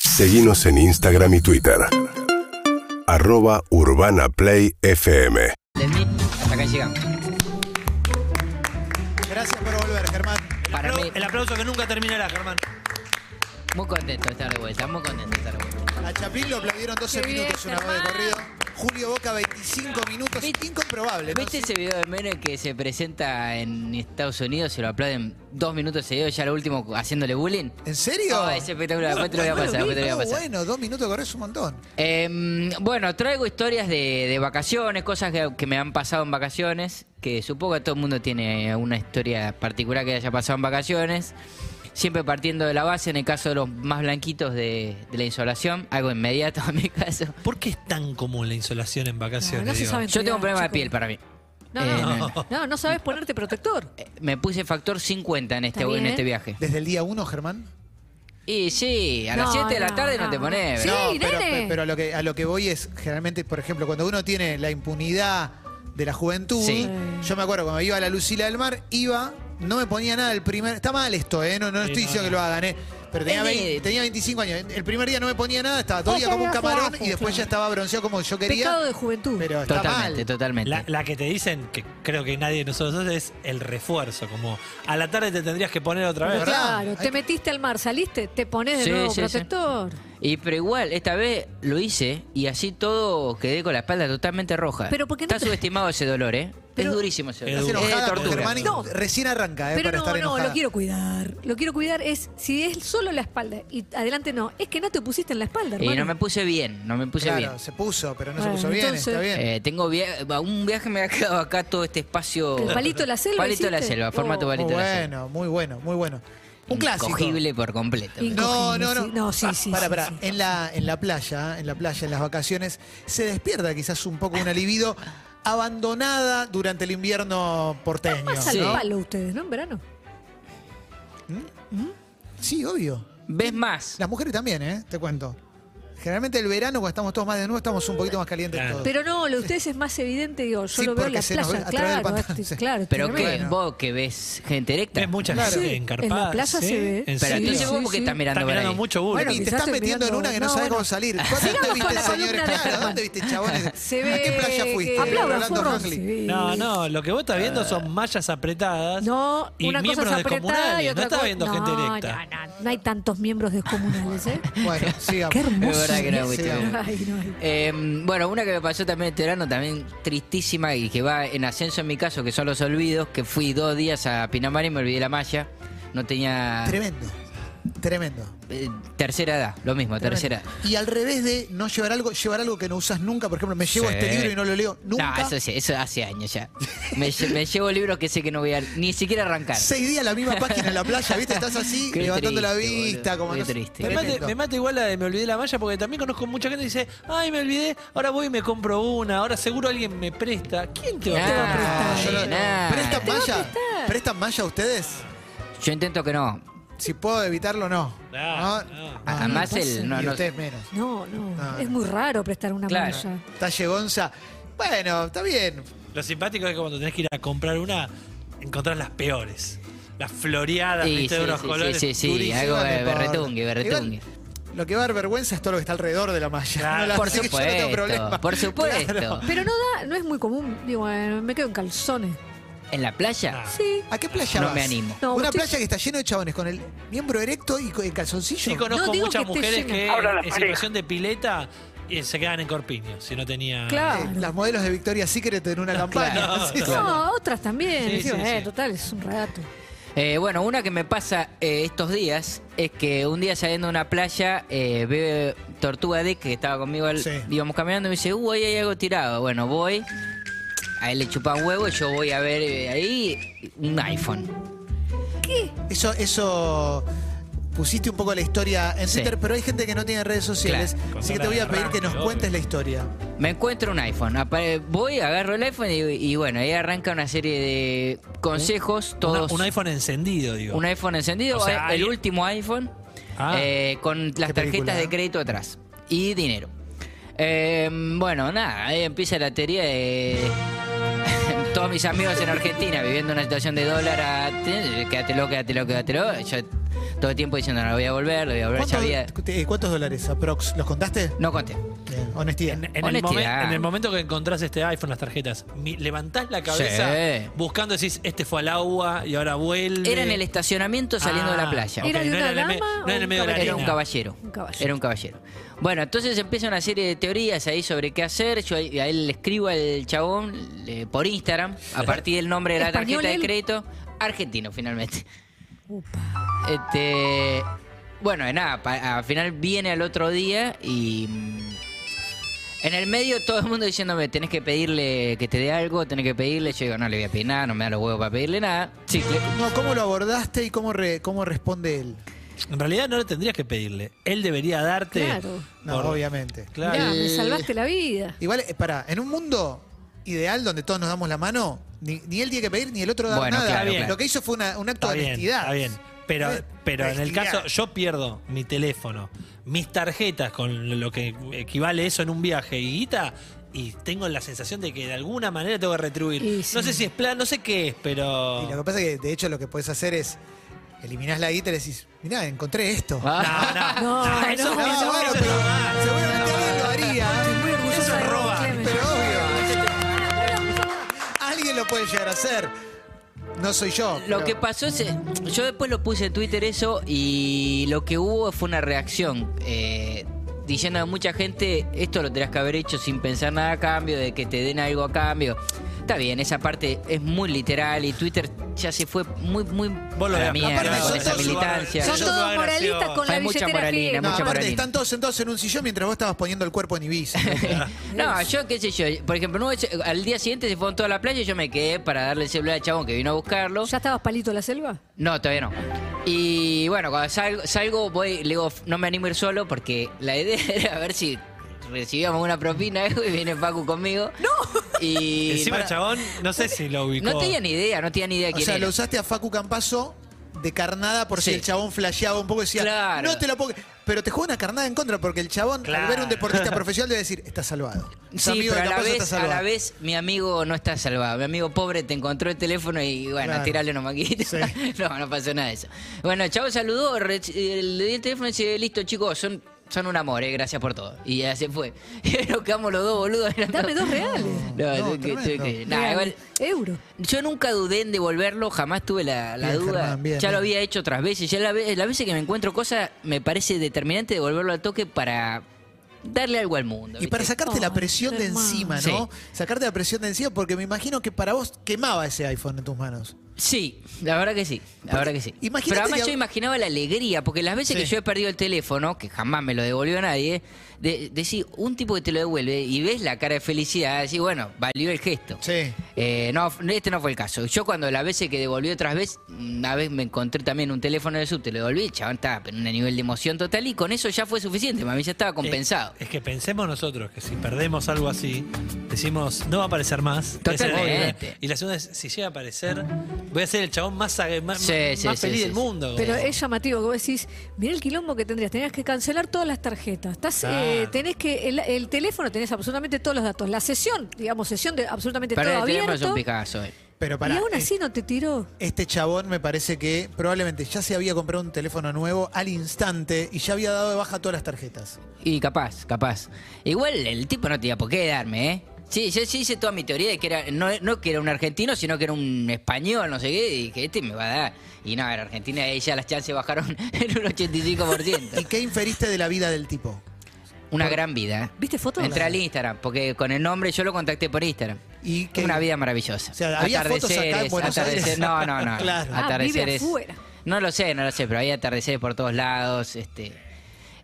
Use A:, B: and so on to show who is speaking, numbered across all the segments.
A: Seguimos en Instagram y Twitter. Arroba Urbana Play FM.
B: Del mil, hasta acá llegamos.
C: Gracias por volver, Germán.
B: Para mí,
D: El aplauso que nunca terminará, Germán.
B: muy contento de estar de vuelta, muy contento de estar de vuelta.
C: A Chaplin lo aplaudieron 12
E: Qué bien,
C: minutos una vez de
E: Germán.
C: corrido. Julio Boca 25 minutos.
B: ¿Viste?
C: Incomprobable. ¿no?
B: ¿Viste ese video de Menem que se presenta en Estados Unidos? Se lo aplauden dos minutos seguidos, ya lo último haciéndole bullying.
C: ¿En serio?
B: Oh, es espectacular, después te lo voy a
C: No
B: pasar,
C: vi,
B: después te lo voy a
C: no,
B: pasar.
C: Bueno, dos minutos corres un montón.
B: Em, bueno, traigo historias de, de vacaciones, cosas que, que me han pasado en vacaciones, que supongo que todo el mundo tiene una historia particular que haya pasado en vacaciones. Siempre partiendo de la base, en el caso de los más blanquitos de, de la insolación, algo inmediato en mi caso.
D: ¿Por qué es tan común la insolación en vacaciones?
E: No, no se
D: digo?
E: sabe.
B: Yo tengo un problema de
E: Chico.
B: piel para mí.
E: No,
B: Eh,
E: no, no, no, no sabes ponerte protector.
B: Eh, Me puse factor 50 en este,
E: Está bien,
B: en este
E: ¿eh?
B: viaje.
C: ¿Desde el día uno, Germán?
B: Y sí, a las
E: No,
B: 7 de la
E: no,
B: tarde no,
E: no.
B: te pones.
E: Sí,
C: no, pero,
E: nene.
C: pe- pero a, lo que, a lo que voy es, generalmente, por ejemplo, cuando uno tiene la impunidad de la juventud,
B: Sí.
C: yo me acuerdo cuando iba a la Lucila del Mar, iba, no me ponía nada el primer... Está mal esto, ¿eh? No, no
D: Sí,
C: estoy
D: no,
C: diciendo
D: no.
C: que lo hagan, ¿eh? Pero tenía,
B: Es
C: vein-
B: de-
C: tenía 25 años. El primer día no me ponía nada, estaba todo el día como un camarón y después ya estaba bronceado como yo quería.
E: Pecado de juventud.
C: Pero está
B: Totalmente,
C: mal.
B: totalmente.
D: La, la que te dicen, que creo que nadie de nosotros hace, es el refuerzo. Como a la tarde te tendrías que poner otra
C: Pero este-
D: vez.
C: ¿verdad?
E: Claro,
C: Hay que-
E: te metiste al mar, saliste, te pones de
B: Sí,
E: nuevo
B: sí, sí.
E: protector.
B: Y pero igual, esta vez lo hice y así todo quedé con la espalda totalmente roja.
E: Pero ¿por qué no
B: Está
E: te-
B: subestimado ese dolor, ¿eh?
E: Pero-
B: es durísimo ese
D: Es
B: dolor.
C: Estás
D: duro.
B: Es
C: enojada,
B: tortura.
C: Germán, y
E: Eh, No.
C: recién arranca, ¿eh?
E: Pero
C: para
E: no,
C: estar
E: no,
C: enojada.
E: lo quiero cuidar. Lo quiero cuidar es si es solo la espalda y adelante no, es que no te pusiste en la espalda, hermano.
B: Y no me puse bien, no me puse
C: Claro,
B: bien.
C: se puso, pero no
E: Bueno,
C: se puso bien,
E: entonces-
C: está bien.
B: Eh, tengo via- un viaje me ha quedado acá todo este espacio.
E: El palito de la selva
B: Palito de la
E: hiciste.
B: selva, formato
E: Oh.
B: palito
C: muy
B: de la selva.
C: bueno, muy bueno, muy bueno. Un clásico.
B: Incogible por completo.
E: Y-
C: No, no,
E: Incogible,
C: no.
E: sí. No, sí, sí,
C: Para,
E: sí,
C: para.
E: sí.
C: En, la, en la playa, en la playa, en las vacaciones, se despierta quizás un poco una libido abandonada durante el invierno porteño.
E: Más al
B: Sí.
E: palo ustedes, ¿no? En verano.
C: Sí, obvio.
B: ¿Ves más?
C: Las mujeres también, ¿eh? Te cuento. Generalmente el verano, cuando estamos todos más de nuevo, estamos un poquito más calientes
D: Claro.
C: todos.
E: Pero no, lo de ustedes es más evidente, digo, yo
C: Sí,
E: lo veo en
C: porque
E: la
C: se nos ve
E: playa,
C: a través del
E: claro,
C: pantalón,
E: es-
C: sí.
E: claro, es
B: Pero que
E: tremendo.
B: vos que ves gente directa.
D: Es mucha
C: Claro.
D: gente
C: Sí,
D: encarpada.
E: en la plaza se ve.
D: ¿En
B: Pero
D: serio?
B: entonces
E: Sí,
B: vos
E: sí,
B: porque
E: sí.
B: estás
D: Está
B: mirando para
D: mirando
B: ahí.
D: mucho
C: Bueno,
D: burro.
C: y
E: quizás
C: te estás
E: te
C: metiendo en
E: mirando-
C: una que no,
E: no,
C: sabes
E: bueno.
C: cómo salir. ¿Cuándo te
E: Sigamos con
C: viste,
E: la
C: señores?
E: columna de
C: Claro,
E: Germán.
C: ¿dónde viste, chabones?
E: Se
C: ¿A qué
E: ve
C: playa fuiste?
E: Aplauda,
C: Rolando
E: Furrón,
C: Hockley.
E: se ve.
D: No, no, lo que vos estás viendo son mallas apretadas.
E: Ah. No,
D: y
E: una cosa
D: miembros
E: es apretada
D: descomunales.
E: y otra
D: no estás
E: cosa-
D: viendo gente
E: No,
D: directa.
E: No, no, no hay tantos miembros descomunales, ¿eh?
C: Bueno, sigamos.
E: Qué
B: Es
E: hermoso.
B: verdad que no es mucho.
C: Sí, sí.
E: Ay, no, ay.
B: Eh, bueno, una que me pasó también este verano, también tristísima y que va en ascenso en mi caso, que son los olvidos, que fui dos días a Pinamar y me olvidé la malla. No tenía
C: Tremendo. Tremendo.
B: eh, tercera edad, lo mismo, tercera. edad.
C: Y al revés de no llevar algo, llevar algo que no usas nunca. Por ejemplo, me llevo
B: Sí.
C: este libro y no lo leo nunca.
B: No, eso, sí, eso hace años ya. Me, lle- me llevo libros que sé que no voy a ni siquiera arrancar.
C: Seis días la misma página en la playa, ¿viste? Estás así,
B: Qué
C: levantando la
B: triste,
C: vista,
B: boludo.
C: como
B: Qué
C: no sé.
B: triste.
D: Me
C: Tremendo.
D: mata, me mata igual la de me olvidé la malla porque también conozco mucha gente que dice, ay, me olvidé, ahora voy y me compro una, ahora seguro alguien me presta. ¿Quién te va a
B: Nah.
D: prestar?
C: Ah,
B: Ay,
C: yo lo-
B: nah.
C: ¿Prestan
B: Te
E: va a
C: malla?
E: prestar.
C: ¿Prestan malla ustedes?
B: Yo intento que no.
C: Si puedo evitarlo, no.
D: Nah,
C: No,
D: no.
C: Ah, no,
B: Además,
C: no.
B: el- no,
C: Y
B: no-
C: ustedes menos.
E: No, no,
C: No,
E: es
C: no.
E: muy raro prestar una
B: Claro.
E: malla.
C: Talle Gonza. Bueno, está bien.
D: Lo simpático es que cuando tenés que ir a comprar una, encontrás las peores. Las floreadas,
B: Sí,
D: viste,
B: sí,
D: de unos
B: sí,
D: colores.
B: sí, sí, sí,
C: durísimas,
B: algo eh,
C: no
B: de
C: importa.
B: berretungue, berretungue.
C: Igual, Lo que va a dar vergüenza es todo lo que está alrededor de la malla.
D: Claro.
C: No la-
B: Por
C: así que yo no tengo
B: supuesto,
C: problema.
B: por supuesto.
C: Claro.
E: Pero no da, no es muy común. Digo, bueno, me quedo en calzones.
B: ¿En la playa?
C: Ah.
D: Nah.
E: Sí.
C: ¿A qué playa
B: No
C: vas?
B: me animo.
E: No,
C: Una
E: estoy-
C: playa que está lleno de chabones con el miembro erecto y con el calzoncillo.
D: Sí, conozco
E: No, digo
D: muchas
E: que esté
D: mujeres
E: lleno.
D: que
F: Habla la
D: en
F: pareja.
D: situación de pileta eh, se quedan en corpiño, si no tenía...
E: Claro.
C: Eh, Las modelos de Victoria Secret en una campaña.
D: claro.
C: Sí, sí.
E: No, otras también.
D: Sí,
E: Y digo,
D: sí,
E: eh,
D: sí.
E: total, es un rato.
B: Eh, bueno, una que me pasa eh, estos días es que un día saliendo a una playa eh, veo Tortuga Dick que estaba conmigo, al-
C: Sí.
B: íbamos caminando y me dice, uh, ahí hay algo tirado. Bueno, voy, a él le chupan huevo y yo voy a ver eh, ahí un iPhone.
C: Eso, eso pusiste un poco la historia en
B: Sí.
C: Twitter, pero hay gente que no tiene redes sociales.
D: Claro.
C: Así que te voy a pedir que nos
D: Obvio.
C: cuentes la historia.
B: Me encuentro un iPhone, apare- voy, agarro el iPhone y, y bueno, ahí arranca una serie de consejos,
D: Una-
B: todos...
D: un iPhone encendido, digo.
B: un iPhone encendido,
D: O sea,
B: eh,
D: hay-
B: el último iPhone,
D: Ah.
B: eh, con las
C: Qué
B: tarjetas
C: película,
B: de
C: ¿eh?
B: crédito atrás y dinero. Eh, bueno, nada, ahí empieza la teoría de... Todos mis amigos en Argentina viviendo una situación de dólar a... Quédatelo, quédatelo, quédatelo. Yo todo el tiempo diciendo, no, voy a volver, lo voy a volver. Ya
C: ¿Cuántos,
B: había...
C: eh, ¿Cuántos dólares aprox? ¿Los contaste?
B: No conté.
C: Bien, honestidad.
D: En, en el
B: Honestidad.
D: momen- en el momento que encontrás este iPhone, las tarjetas, mi- levantás la cabeza
B: Sí.
D: buscando, decís, este fue al agua y ahora vuelve.
B: Era en el estacionamiento saliendo de
D: Ah,
B: la playa.
D: ok,
E: ¿Era de
D: no
E: una
D: en el me-
E: dama
D: no en
E: o
D: el
E: un
D: medio de la
B: Era
E: caballero?
B: un
D: arena.
B: caballero.
E: Un caballero.
B: Era un caballero. Bueno, entonces empieza una serie de teorías ahí sobre qué hacer. Yo ahí- a él le escribo al chabón le- por Instagram, a partir del nombre de la
E: ¿Español
B: tarjeta de
E: él?
B: crédito. Argentino, finalmente.
E: Upa.
B: Este, bueno, de nada, pa- al final viene al otro día y. mm, En el medio todo el mundo diciéndome, tenés que pedirle que te dé algo, tenés que pedirle. Yo digo, no le voy a pedir nada, no me da los huevos para pedirle nada. Chicle.
C: No, ¿cómo lo abordaste y cómo, re- cómo responde él?
D: En realidad no le tendrías que pedirle. Él debería darte.
E: Claro.
C: No,
D: Por-
C: obviamente.
D: Claro.
E: Mirá, me
B: El-
E: salvaste la vida.
C: Igual, eh, pará, en un mundo ideal donde todos nos damos la mano, ni, ni él tiene que pedir ni el otro da
B: Bueno,
C: nada.
B: claro,
D: claro.
C: Lo que hizo fue una- un acto
D: Está
C: de
D: bien,
C: honestidad.
D: está bien. Pero,
C: Eh,
D: pero en el
C: honestidad.
D: caso, yo pierdo mi teléfono, mis tarjetas con lo que equivale eso en un viaje y guita, y tengo la sensación de que de alguna manera tengo que retribuir.
E: Y sí.
D: No sé si es plan, no sé qué es,
C: Y lo que
D: pero.
C: pasa es que, de hecho, lo que puedes hacer es eliminás la guita y le decís, mirá, encontré esto.
B: Ah.
D: no,
E: No, no,
D: eso,
C: No,
D: eso-
C: bueno,
D: eso
C: pero
D: es normal.
C: seguramente alguien lo haría.
E: Estoy muy orgullosa
D: Eso
E: de vos,
D: roba.
E: Clemen.
C: Pero obvio. Alguien lo puede llegar a hacer. No soy yo.
B: Lo
C: pero-
B: que pasó es, eh, yo después lo puse en Twitter eso y lo que hubo fue una reacción eh, diciendo a mucha gente, esto lo tendrás que haber hecho sin pensar nada a cambio, de que te den algo a cambio. Está bien, esa parte es muy literal y Twitter ya se fue muy, muy
D: Vos lo
B: a
D: veas.
B: la mierda
C: Aparte,
B: con
C: son
B: esa
C: todos-
B: militancia.
E: Son
D: Yo
E: todos
D: no agradezco.
E: moralistas con la
B: Hay mucha
E: billetera
B: moralina,
E: fría.
C: No,
B: mucha
C: aparte,
B: moralina.
C: están todos sentados en un sillón mientras vos estabas poniendo el cuerpo en Ibiza.
B: No, yo qué sé yo. Por ejemplo, no, es- al día siguiente se fueron toda la playa y yo me quedé para darle el celular al chabón que vino a buscarlo.
E: ¿Ya estabas palito en la selva?
B: No, todavía no. Y bueno, cuando salgo, salgo voy, le digo, no me animo a ir solo porque la idea era ver si recibíamos una propina algo, y viene Pacu conmigo. ¡No! Y
D: Encima el
B: para-
D: chabón, no sé si lo ubicó. Eh,
B: no tenía ni idea, no tenía ni idea
C: o
B: quién
C: sea,
B: era.
C: lo usaste a Facu Campazo de carnada por si
B: Sí.
C: el chabón flasheaba un poco y decía,
B: Claro.
C: no te lo puedo... cre-". Pero te juega una carnada en contra porque el chabón,
D: Claro.
C: al ver un deportista profesional, debe decir, está salvado. Tu
B: Sí,
C: amigo
B: pero
C: de
B: a la,
C: Campazo
B: vez, a la vez mi amigo no está salvado. Mi amigo pobre te encontró el teléfono y bueno,
C: Claro.
B: tirarle una maquita.
C: Sí.
B: no, no pasó nada de eso. Bueno, el chavo saludó, re- eh, le di el teléfono y dice, listo chicos, son, son un amor, eh, gracias por todo. Y ya se fue. Nos quedamos los dos boludos. mirando-
E: Dame dos reales.
B: No,
C: No,
B: tuve que- tuve
C: tremendo.
B: que- nada,
E: Reales.
B: igual-
E: Euro.
B: yo nunca dudé en devolverlo, jamás tuve la, la
C: Bien,
B: duda.
C: Germán, bien,
B: ya lo
C: bien.
B: había hecho otras veces. Ya la, ve- la veces que me encuentro cosas, me parece determinante devolverlo al toque para darle algo al mundo.
C: Y para
B: ¿viste?
C: sacarte la
E: Ay,
C: presión de
E: Oh, hermano.
C: encima, ¿no? Sacarte la presión de encima porque me imagino que para vos quemaba ese iPhone en tus manos.
B: Sí, la verdad que sí, la verdad que sí.
C: Pues, imagínate
B: Pero además
C: que-
B: yo imaginaba la alegría, porque las veces
C: Sí.
B: que yo he perdido el teléfono, que jamás me lo devolvió nadie, de, decir, un tipo que te lo devuelve y ves la cara de felicidad, decís, bueno, valió el gesto.
C: Sí.
B: Eh, no, este no fue el caso. Yo cuando las veces que devolví otras veces, una vez me encontré también un teléfono de subte, lo devolví, chabón, estaba en un nivel de emoción total y con eso ya fue suficiente, mami, ya estaba
C: Eh,
B: compensado.
D: Es, es que pensemos nosotros que si perdemos algo así, decimos, no va a aparecer más.
B: Totalmente.
D: Esa es la- Y la segunda es, si llega a aparecer, voy a ser el chabón más, ag- más,
B: Sí, sí,
D: más
B: sí,
D: feliz
B: sí,
D: del
B: sí.
D: mundo.
E: Pero es llamativo que vos decís, mirá el quilombo que tendrías, tenías que cancelar todas las tarjetas, estás, eh,
D: Claro.
E: tenés que, el, el teléfono tenés absolutamente todos los datos, la sesión, digamos, sesión de absolutamente
B: Pero
E: todo
B: el teléfono es un
E: abierto,
B: picazo. eh.
C: Pero
E: y
C: para
E: aún así no te tiró.
C: este chabón me parece que probablemente ya se había comprado un teléfono nuevo al instante y ya había dado de baja todas las tarjetas.
B: Y capaz, capaz. Igual el tipo no tenía por qué darme, ¿eh? Sí, yo sí hice toda mi teoría de que era, no, no que era un argentino, sino que era un español, no sé qué, y dije, este me va a dar. Y no, era Argentina y ya las chances bajaron en un
C: ¿Y
B: 85%.
C: qué inferiste de la vida del tipo?
B: Una gran vida. ¿eh?
E: ¿Viste fotos?
B: Entré al Instagram, porque con el nombre yo lo contacté por Instagram.
C: ¿Y qué-
B: Una vida maravillosa.
C: O sea, ¿había fotos acá en Buenos Aires?
B: No, no, no.
C: Claro.
E: Ah,
B: Atardeceres.
E: vive afuera.
B: No lo sé, no lo sé, pero había atardeceres por todos lados, este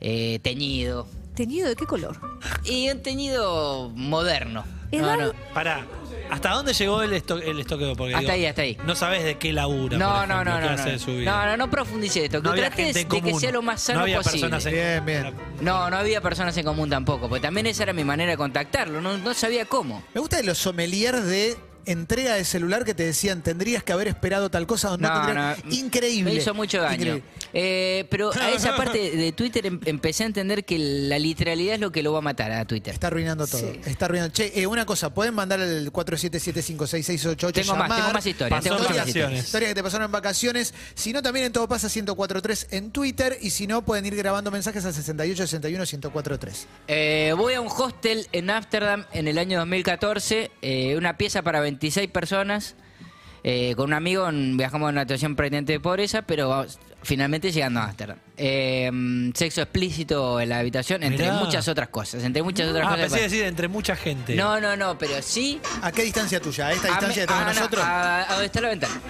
B: eh, teñido.
E: ¿Teñido de qué color?
B: Y un teñido moderno.
E: Es
B: No,
E: algo-
B: no.
D: Pará, ¿hasta dónde llegó el, esto- el estoqueo? Porque,
B: Hasta ahí, hasta ahí.
D: No sabes de qué labura.
B: No, no, no, no, no,
D: hace de su
B: no,
D: vida.
B: no, no, profundice esto. Que
D: No había
B: trates
D: gente en
B: de que
D: común.
B: sea lo más sano
D: No había
B: posible.
D: personas en-
C: Bien, bien.
B: No, no había personas en común tampoco, porque también esa era mi manera de contactarlo, no, no sabía cómo.
C: Me gusta de los sommeliers de entrega de celular que te decían tendrías que haber esperado tal cosa o no,
B: No,
C: tendrías-
B: no.
C: Increíble.
B: Me hizo mucho daño.
C: Increíble.
B: Eh, pero a esa parte de Twitter em- empecé a entender que la literalidad es lo que lo va a matar a Twitter.
C: Está arruinando todo.
E: Sí.
C: Está arruinando. Che, eh, una cosa, ¿pueden mandar al 47756688?
B: Tengo más,
C: llamar?
B: tengo más historias.
D: Pasó
B: Tengo muchas más
D: vacaciones.
B: historias.
C: Historias que te pasaron en vacaciones. Si no, también en Todo Pasa 1043 en Twitter. Y si no, pueden ir grabando mensajes al 6861 1043.
B: Eh, voy a un hostel en Ámsterdam en el año 2014, eh, una pieza para 26 personas. eh, con un amigo en- viajamos a una actuación pretendiente de pobreza, pero vamos- finalmente llegando a Ámsterdam. Eh, mm, sexo explícito en la habitación, entre
D: Mirá.
B: muchas otras cosas. Entre muchas otras
D: Ah,
B: cosas.
D: pensé decir entre mucha gente.
B: No, no, no, pero sí.
C: ¿A qué distancia tuya? ¿A esta distancia
B: me-
C: que tenemos
B: a- ah,
C: nosotros?
B: A, a donde está la ventana.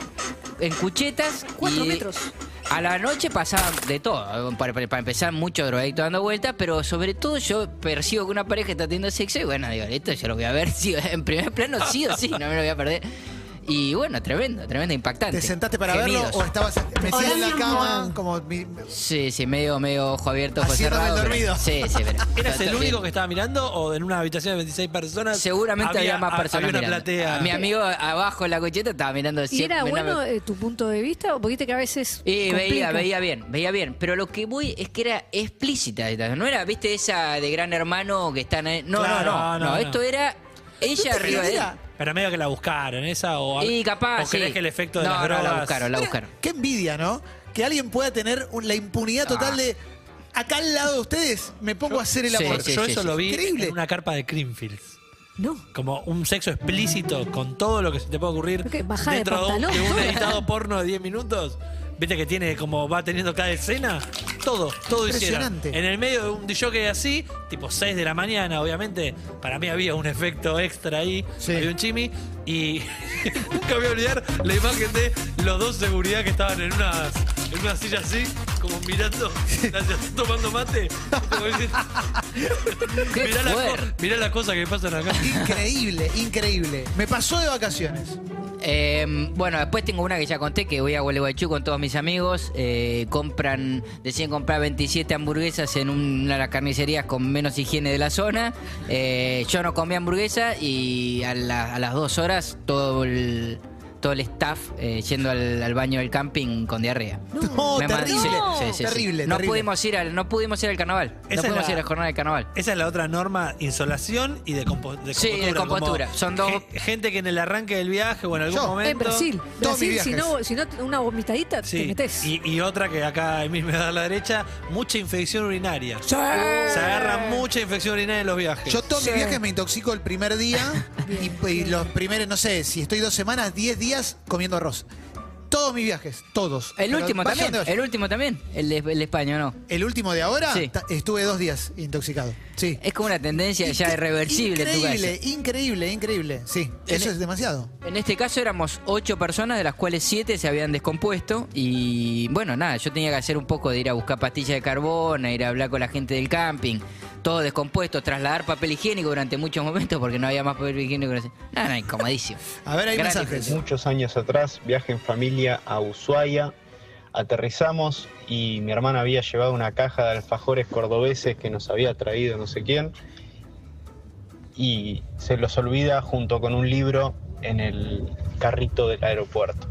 B: En cuchetas.
E: Cuatro
B: y
E: metros.
B: A la noche pasaban de todo. Para, para- para empezar, mucho drogadicto dando vueltas, pero sobre todo yo percibo que una pareja está teniendo sexo y bueno, digo, esto yo lo voy a ver sí, en primer plano, sí o sí, no me lo voy a perder. Y bueno, tremendo, tremendo, impactante.
C: ¿Te sentaste para
B: Gemidos.
C: verlo o estabas metido
E: Hola,
C: en la
E: mi
C: cama?
E: amor.
C: Como mi-
B: Sí, sí, medio, medio ojo abierto, ojo
C: Haciéndome
B: cerrado. pero-
C: dormido.
B: Sí, sí, pero.
D: ¿Eras el
B: total-
D: único que estaba mirando o en una habitación de 26 personas?
B: Seguramente había, más personas.
D: Había una
B: mirando.
D: platea.
B: Mi amigo abajo en la cocheta estaba mirando
E: ¿Y
B: siempre.
E: era
B: no me-
E: bueno eh, tu punto de vista? Porque viste que a veces.
B: Y
E: complica.
B: Eh, veía, veía bien, veía bien. Pero lo que voy es que era explícita. esta, No era, viste, esa de gran hermano que están ahí. No,
D: Claro,
B: no, no, no,
D: no, no.
B: Esto era ella arriba de él.
C: Mira,
D: Pero medio que la buscaron, esa o
B: Y capaz.
D: o crees
B: sí.
D: que el efecto de
B: no,
D: las
B: no,
D: drogas.
B: la buscaron, la buscaron.
C: Qué envidia, ¿no? Que alguien pueda tener un- la impunidad total
B: Ah.
C: de. Acá al lado de ustedes me pongo a hacer el
B: Sí,
C: amor.
B: sí,
D: Yo
B: sí,
D: eso
B: sí.
D: lo vi
C: Increíble.
D: en una carpa de Creamfields.
E: No.
D: Como un sexo explícito con todo lo que se te puede ocurrir
E: Creo que bajada de
D: dentro de, un-
E: pantalón,
D: de un
E: todo.
D: editado porno de 10 minutos. Viste que tiene como va teniendo cada escena. Todo, todo hicieron.
C: Impresionante.
D: En el medio de un DJ así, tipo 6 de la mañana, obviamente. Para mí había un efecto extra ahí.
C: Sí.
D: Había un chimi. Y nunca voy a olvidar la imagen de los dos seguridad que estaban en una, en una silla así, como mirando, tomando mate. Como diciendo,
B: Qué
D: mirá, la co-
B: fuerte.
D: mirá las cosas que pasan acá.
C: Increíble, increíble. Me pasó de vacaciones.
B: Eh, bueno, después tengo una que ya conté que voy a Gualeguaychú con todos mis amigos. eh, compran, deciden comprar 27 hamburguesas en una de las carnicerías con menos higiene de la zona. Eh, yo no comí hamburguesa y a, la- a las dos horas todo el, todo el staff eh, yendo al, al baño del camping con diarrea. Me
C: No,
B: mandé-
C: Oh, terrible.
B: sí, sí, sí, sí.
C: terrible,
B: No
C: terrible.
B: pudimos ir al, no pudimos ir al carnaval.
D: Esa
B: no
D: es
B: pudimos
D: la-
B: ir a la jornada de carnaval.
D: Esa es la otra norma, insolación y de, compo- de
B: Sí, de
D: como
B: compostura. Son dos-
D: ge- Gente que en el arranque del viaje o en algún
C: Yo.
D: momento...
E: En Brasil.
C: Todos mis
E: Brasil, si
C: viajes.
E: no, si no una vomitadita,
D: Sí,
E: te metes.
D: y, y otra que acá en mi me da a la derecha, mucha infección urinaria. Se agarra mucha infección urinaria en los viajes.
C: Yo todos mis viajes me intoxico el primer día y, y los primeros, no sé, si estoy dos semanas, diez días comiendo arroz. Todos mis viajes, todos.
B: El
C: Pero
B: último
C: vaya
B: también,
C: donde vaya.
B: el último también, el de, el de España, ¿no?
C: El último de ahora
B: Sí.
C: ta- estuve dos días intoxicado. Sí.
B: Es como una tendencia ya
C: Incre-
B: irreversible en tu caso.
C: Increíble, increíble, increíble. Sí, eso
B: En- e-
C: es demasiado.
B: En este caso éramos ocho personas, de las cuales siete se habían descompuesto. Y bueno, nada, yo tenía que hacer un poco de ir a buscar pastillas de carbón, a ir a hablar con la gente del camping. Todo descompuesto, trasladar papel higiénico durante muchos momentos porque no había más papel higiénico. Nada, nada, incomodísimo.
C: A ver, hay
B: Gran
C: mensajes.
B: diferencia.
F: Muchos años atrás, viaje en familia a Ushuaia, aterrizamos y mi hermana había llevado una caja de alfajores cordobeses que nos había traído no sé quién y se los olvida junto con un libro en el carrito del aeropuerto.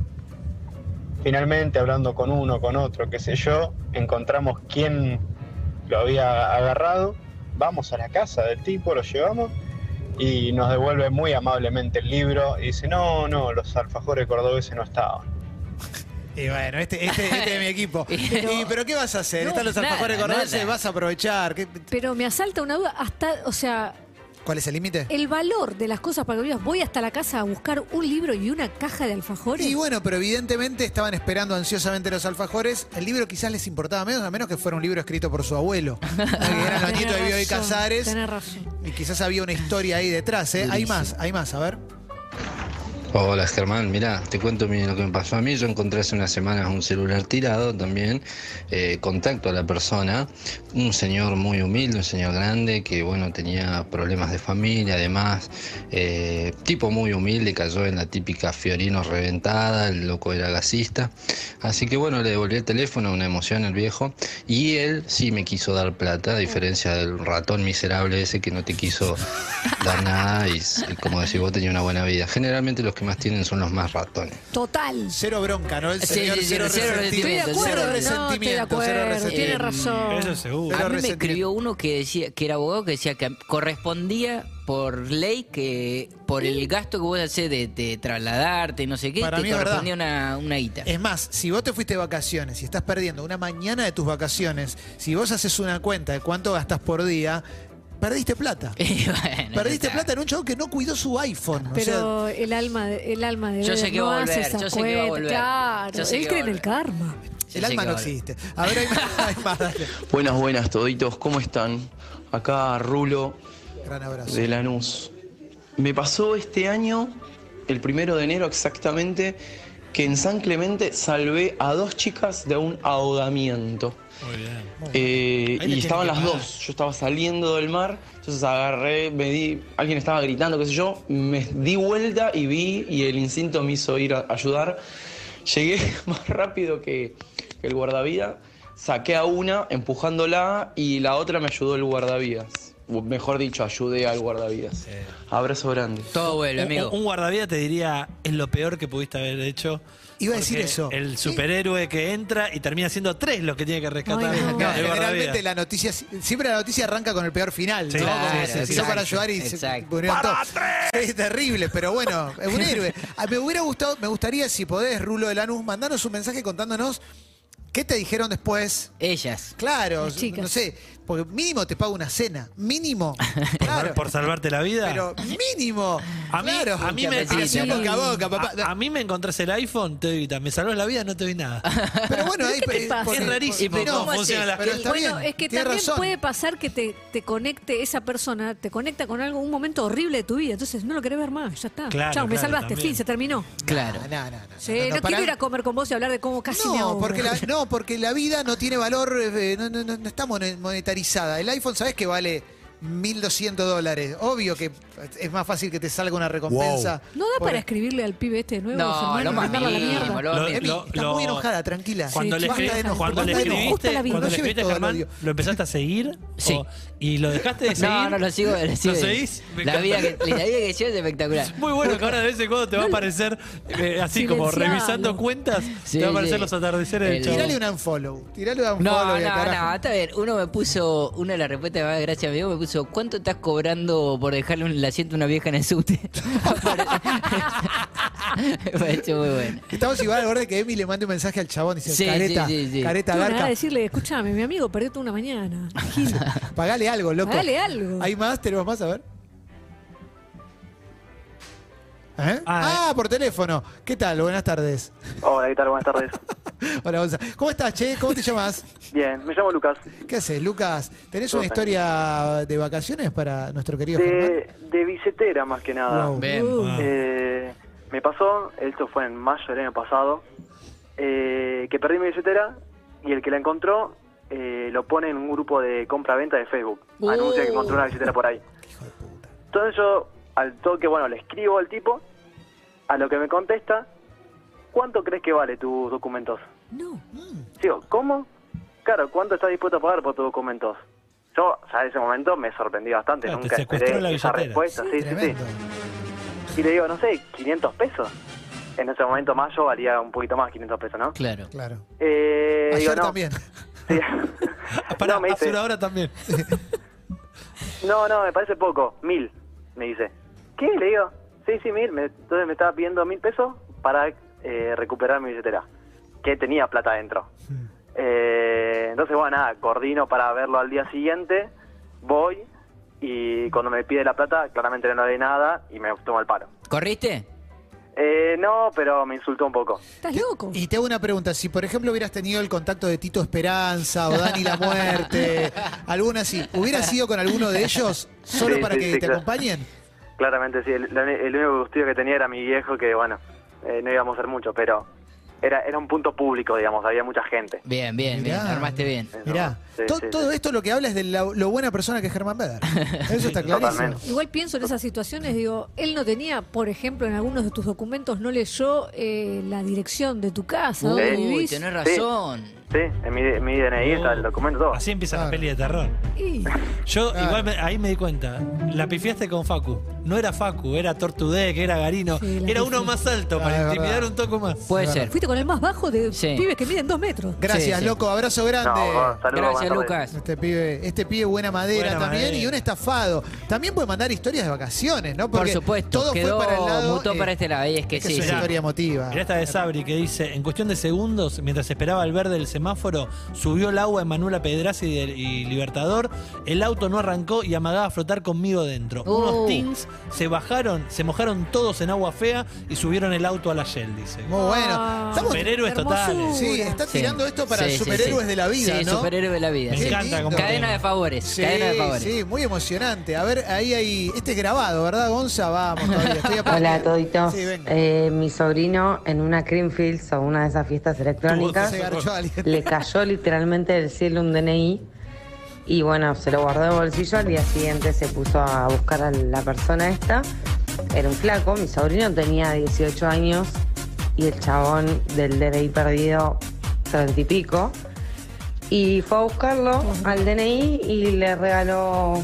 F: Finalmente, hablando con uno, con otro, qué sé yo, encontramos quién lo había agarrado, vamos a la casa del tipo, lo llevamos y nos devuelve muy amablemente el libro y dice, no, no, los alfajores cordobeses no estaban.
C: Y bueno, este, este, este de mi equipo.
B: Pero-
C: Y, pero ¿qué vas a hacer?
B: No,
C: Están los
B: nada,
C: alfajores cordobeses,
B: nada.
C: vas a aprovechar. ¿Qué-
E: Pero me asalta una duda hasta, o sea,
C: ¿Cuál es el límite?
E: el valor de las cosas para que vivas. Voy hasta la casa a buscar un libro y una caja de alfajores.
C: Y bueno, pero evidentemente estaban esperando ansiosamente los alfajores. El libro quizás les importaba menos, a menos que fuera un libro escrito por su abuelo. ¿no? que eran los
E: Ah, Tenés
C: nietos de Bioy
E: razón,
C: Casares.
E: tenés razón.
C: Y quizás había una historia ahí detrás, ¿eh? Hay más, hay más, a ver.
G: Hola Germán, mira, te cuento mi- lo que me pasó a mí. Yo encontré hace unas semanas un celular tirado también, eh, contacto a la persona, un señor muy humilde, un señor grande que bueno tenía problemas de familia, además, eh, tipo muy humilde, cayó en la típica Fiorino reventada, el loco era gasista, así que bueno le devolví el teléfono, una emoción el viejo y él sí me quiso dar plata, a diferencia del ratón miserable ese que no te quiso dar nada y, y como decís vos tenía una buena vida. Generalmente los que que más tienen son los más ratones.
E: Total.
C: Cero bronca, ¿no? El
B: Sí,
C: señor
B: sí, sí,
C: cero,
B: cero
E: Estoy de
C: resentimiento.
B: resentimiento,
E: acuerdo,
C: Cero
E: no, estoy de
C: resentimiento, cero
E: acuerdo. Tiene
C: resentimiento.
E: razón.
D: Eso es seguro.
C: Pero
B: A mí me
C: resentimiento.
B: escribió uno que decía que era abogado que decía que correspondía por ley que por el gasto que vos haces de, de trasladarte y no sé qué,
C: Para
B: te
C: mí es verdad. Eh,
B: correspondía una, una guita.
C: Es más, si vos te fuiste de vacaciones y estás perdiendo una mañana de tus vacaciones, si vos haces una cuenta de cuánto gastas por día, perdiste plata.
B: Y bueno,
C: Perdiste
B: ya está.
C: plata en un chavo que no cuidó su iPhone. o
E: Pero el alma de, el alma de
B: Yo sé
E: Beder
B: que
E: no
B: va a
E: hace
B: volver,
E: esas
B: yo sé que va a
E: cuentas.
B: volver.
E: Claro,
B: Yo sé
E: él
B: que
E: cree
B: va
E: en
B: a
E: el
B: volver.
E: karma.
C: sea,
B: Sí,
C: el
B: sí,
C: alma
B: que
C: no
B: vale.
C: existe. A ver, hay más, hay más, dale.
H: Buenas, buenas, toditos. ¿Cómo están? Acá Rulo
C: Gran abrazo.
H: de Lanús. Me pasó este año, el primero de enero exactamente, que en San Clemente salvé a dos chicas de un ahogamiento.
D: Muy bien.
H: Eh,
D: Ahí le
H: y estaban
D: tienen que
H: las
D: pagar.
H: dos. Yo estaba saliendo del mar, entonces agarré, me di, alguien estaba gritando, qué sé yo, me di vuelta y vi y el instinto me hizo ir a ayudar. Llegué más rápido que, que el guardavidas, saqué a una empujándola y la otra me ayudó el guardavidas. O Mejor dicho, ayudé al guardavidas. Abrazo grande.
B: Todo vuelve,
D: Un-
B: amigo.
D: Un, guardavía te diría, es lo peor que pudiste haber hecho.
C: Iba a
D: Porque
C: decir eso.
D: El superhéroe que entra y termina siendo tres los que tiene que rescatar.
E: Ay, no.
D: el
C: No, generalmente
D: guardavidas.
C: la noticia, siempre la noticia arranca con el peor final,
D: Sí,
C: ¿no?
D: claro,
C: Como se citó
B: exacto,
C: para ayudar y se
B: exacto.
C: murieron todos. Es terrible, pero bueno, es un héroe. Ah, Me hubiera gustado, me gustaría, si podés, Rulo de Lanús, mandarnos un mensaje contándonos qué te dijeron después.
B: Ellas.
C: Claro,
E: Las chicas.
C: no sé, porque mínimo te pago una cena, mínimo.
D: Por,
C: Claro,
D: por salvarte la vida.
C: pero mínimo.
D: a mí,
C: claro,
D: a mí me,
B: mucha
C: relación
B: sí.
C: boca a boca, papá.
D: a- a mí me encontrás el iPhone, te doy guita. Me salvas la vida, no te doy nada.
C: Pero bueno, ahí
E: te pasa?
C: porque-
D: Es rarísimo
C: porque-
D: cómo funcionan las
C: pero
D: cosas.
C: está
E: bueno,
C: bien,
E: es que
C: tiene
E: también
C: razón.
E: puede pasar que te, te conecte esa persona, te conecta con algo, un momento horrible de tu vida. Entonces no lo querés ver más, ya está.
D: Claro,
E: Chao, me
D: claro,
E: salvaste,
D: también.
E: fin, se terminó.
B: Claro.
C: No, no, no, no,
E: Sí,
C: no,
E: no, quiero
C: no, pará.
E: ir a comer con vos y hablar de cómo casi me
C: No
E: ahogo.
C: porque, la, no, porque la vida no tiene valor, eh, no, no- no- no está mone- monetarizada. El iPhone, ¿sabes que vale 1.200 dólares? Obvio que es más fácil que te salga una recompensa.
E: ¿No da
C: por-
E: para escribirle al pibe este nuevo?
B: No,
E: Germán,
B: lo
E: y
B: más
E: mandarlo a la
B: mínimo,
E: mierda?
B: lo
D: Lo-
C: Emi,
B: mínimo.
C: está
D: lo-
C: Em, muy enojada, tranquila.
D: Cuando
E: Sí,
D: le,
E: basta
D: escribí-
E: de enojo,
D: cuando
E: basta
D: le
E: de enojo. Justa
D: escribiste,
E: la vida.
D: cuando le
C: No lleves
D: escribiste
C: todo el
D: Germán,
C: odio.
D: ¿lo empezaste a seguir?
B: Sí.
D: O- ¿Y lo dejaste de seguir?
B: No, no, lo sigo. Lo, sigo.
D: seguís? Me
B: La vida, que,
D: encanta.
B: la vida que llevo es espectacular.
D: Muy bueno que ahora de vez en cuando te va a aparecer, eh, así como
E: Silencialo.
D: revisando cuentas,
B: Sí,
D: te va a aparecer
B: sí.
D: los atardeceres
B: El-
D: del chavo.
C: Tirale un unfollow. Tirale un
B: No,
C: unfollow.
B: no,
C: y al
B: no,
C: carajo.
B: está bien. Uno me puso, una de las respuestas más gracias a mi Dios, me puso, ¿cuánto estás cobrando por dejarle un, el asiento a una vieja en el subte? me pareció muy bueno.
C: Estamos igual al borde que Emi le mande un mensaje al chabón y dice,
B: Sí,
C: careta,
B: sí, sí, sí.
C: careta
E: Tengo ganas
C: garca,
E: de decirle, escúchame, mi amigo perdió toda una mañana. Gil,
C: pagale algo, loco.
E: dale algo.
C: ¿Hay más? ¿Tenemos más? A ver. ¿Eh?
D: Ah,
C: Ah, por teléfono. ¿Qué tal? Buenas tardes.
I: Hola, ¿qué tal? Buenas tardes.
C: Hola, Gonza. ¿Cómo estás, Che? ¿Cómo te llamas?
I: Bien, me llamo Lucas.
C: ¿Qué haces, Lucas? ¿Tenés una
I: Todo
C: historia de vacaciones para nuestro querido Germán?
I: De, de billetera, más que nada.
C: Wow.
B: Ven.
D: Ah.
I: Eh, me pasó, esto fue en mayo del año pasado, eh, que perdí mi billetera y el que la encontró eh, lo pone en un grupo de compra-venta de Facebook.
B: Uh.
I: Anuncia que encontró una billetera por ahí. Entonces yo, al toque, bueno, le escribo al tipo, a lo que me contesta, ¿cuánto crees que vale tus documentos?
E: No.
I: Digo, ¿cómo? Claro, ¿cuánto estás dispuesto a pagar por tus documentos? Yo, ya en ese momento me sorprendí bastante,
D: Claro, Ah, te
I: nunca
D: secuestró
I: esperé
D: la
I: esa
D: billetera.
I: respuesta, sí, sí, sí.
C: Tremendo.
I: Y le digo, no sé, 500 pesos. En ese momento mayo valía un poquito más 500 pesos, ¿no?
B: Claro.
C: Claro.
I: Eh,
C: Ayer
I: digo, no.
C: también.
I: Sí.
D: Pará,
I: no, me
D: hace
I: dice,
D: una hora también.
I: no, no, me parece poco, mil, me dice. ¿Qué? Le digo, sí, sí, mil. Me- entonces me estaba pidiendo mil pesos para eh, recuperar mi billetera, que tenía plata adentro. Eh, entonces, bueno, nada, coordino para verlo al día siguiente, voy y cuando me pide la plata, claramente no le doy nada y me tomo el paro.
B: ¿Corriste?
I: Eh, no, pero me insultó un poco.
E: ¿Estás loco?
C: Y te hago una pregunta. Si, por ejemplo, hubieras tenido el contacto de Tito Esperanza o Dani La Muerte, alguna así, ¿hubieras ido con alguno de ellos solo
I: Sí,
C: para
I: sí,
C: que
I: sí,
C: te
I: claro.
C: acompañen?
I: Claramente, sí. El, la- el único gustillo que tenía era mi viejo, que bueno, eh, no íbamos a hacer mucho, pero era, era un punto público, digamos, había mucha gente.
B: Bien, bien, bien.
C: Mirá.
B: Armaste bien.
C: Mirá,
I: Sí,
C: to-
I: sí,
C: todo
I: sí.
C: esto lo que habla es de la- lo buena persona que es Germán Beder. Eso está clarísimo.
I: Totalmente.
E: Igual pienso en esas situaciones, digo, él no tenía, por ejemplo, en algunos de tus documentos no leyó eh, la dirección de tu casa, donde
B: Uy,
E: vivís.
B: tenés razón.
I: Sí, en mi, en mi DNI
C: Oh.
I: está el documento todo.
D: Así empieza
C: Claro.
D: la peli de terror.
E: Y-
D: Yo
C: Claro.
D: igual me- ahí me di cuenta. La pifiaste con Facu. no era Facu, era Tortudec, era Garino,
E: Sí, la
D: era
E: que
D: uno
E: sí.
D: más alto
C: Ah, es
D: para
C: verdad.
D: intimidar un toco más.
B: Puede ser.
E: Fuiste con el más bajo de
B: Sí.
E: pibes que miden dos metros.
C: Gracias,
B: Sí, sí.
C: loco. Abrazo grande.
I: No, va, saludos,
B: Gracias,
I: buenas tardes.
B: Lucas.
C: Este pibe, este pibe buena madera
D: Buena
C: también
D: madera.
C: y un estafado. También puede mandar historias de vacaciones, ¿no?
B: Por
C: Porque
B: supuesto,
C: todo
B: quedó,
C: fue para el lado.
B: mutó
C: eh,
B: para este lado. Y es que
C: es que
B: sí,
C: es una
B: sí.
C: historia emotiva.
D: Mirá esta de Sabri que dice, en cuestión de segundos, mientras esperaba el verde del semáforo, subió el agua en Manuela Pedrazzi del- y Libertador, el auto no arrancó y amagaba flotar conmigo dentro.
B: Uh.
D: Unos teens se bajaron, se mojaron todos en agua fea y subieron el auto a la Shell, dice.
C: Muy bueno.
E: Ah.
C: Estamos-
D: Superhéroes
E: Hermosura.
D: totales.
C: sí, está
B: Sí.
C: tirando esto para
B: Sí, sí,
C: superhéroes
B: sí.
C: de la vida,
B: Sí,
C: ¿no?
B: superhéroes de la vida.
D: Me
B: sí.
D: encanta
C: lindo.
D: como
B: Cadena
D: tema.
B: de favores.
C: Sí,
B: cadena de favores.
C: sí, muy emocionante. A ver, ahí hay. Este es grabado, ¿verdad, Gonza? Vamos todavía. Estoy a punto.
J: Hola, toditos.
C: Sí, venga.
J: Eh, mi sobrino en una Creamfields o una de esas fiestas electrónicas
C: Se garchó a alguien.
J: le cayó literalmente del cielo un DNI y bueno, se lo guardó en el bolsillo. Al día siguiente se puso a buscar a la persona esta. Era un flaco, mi sobrino tenía 18 años y el chabón del DNI perdido 30 y pico. Y fue a buscarlo al DNI y le regaló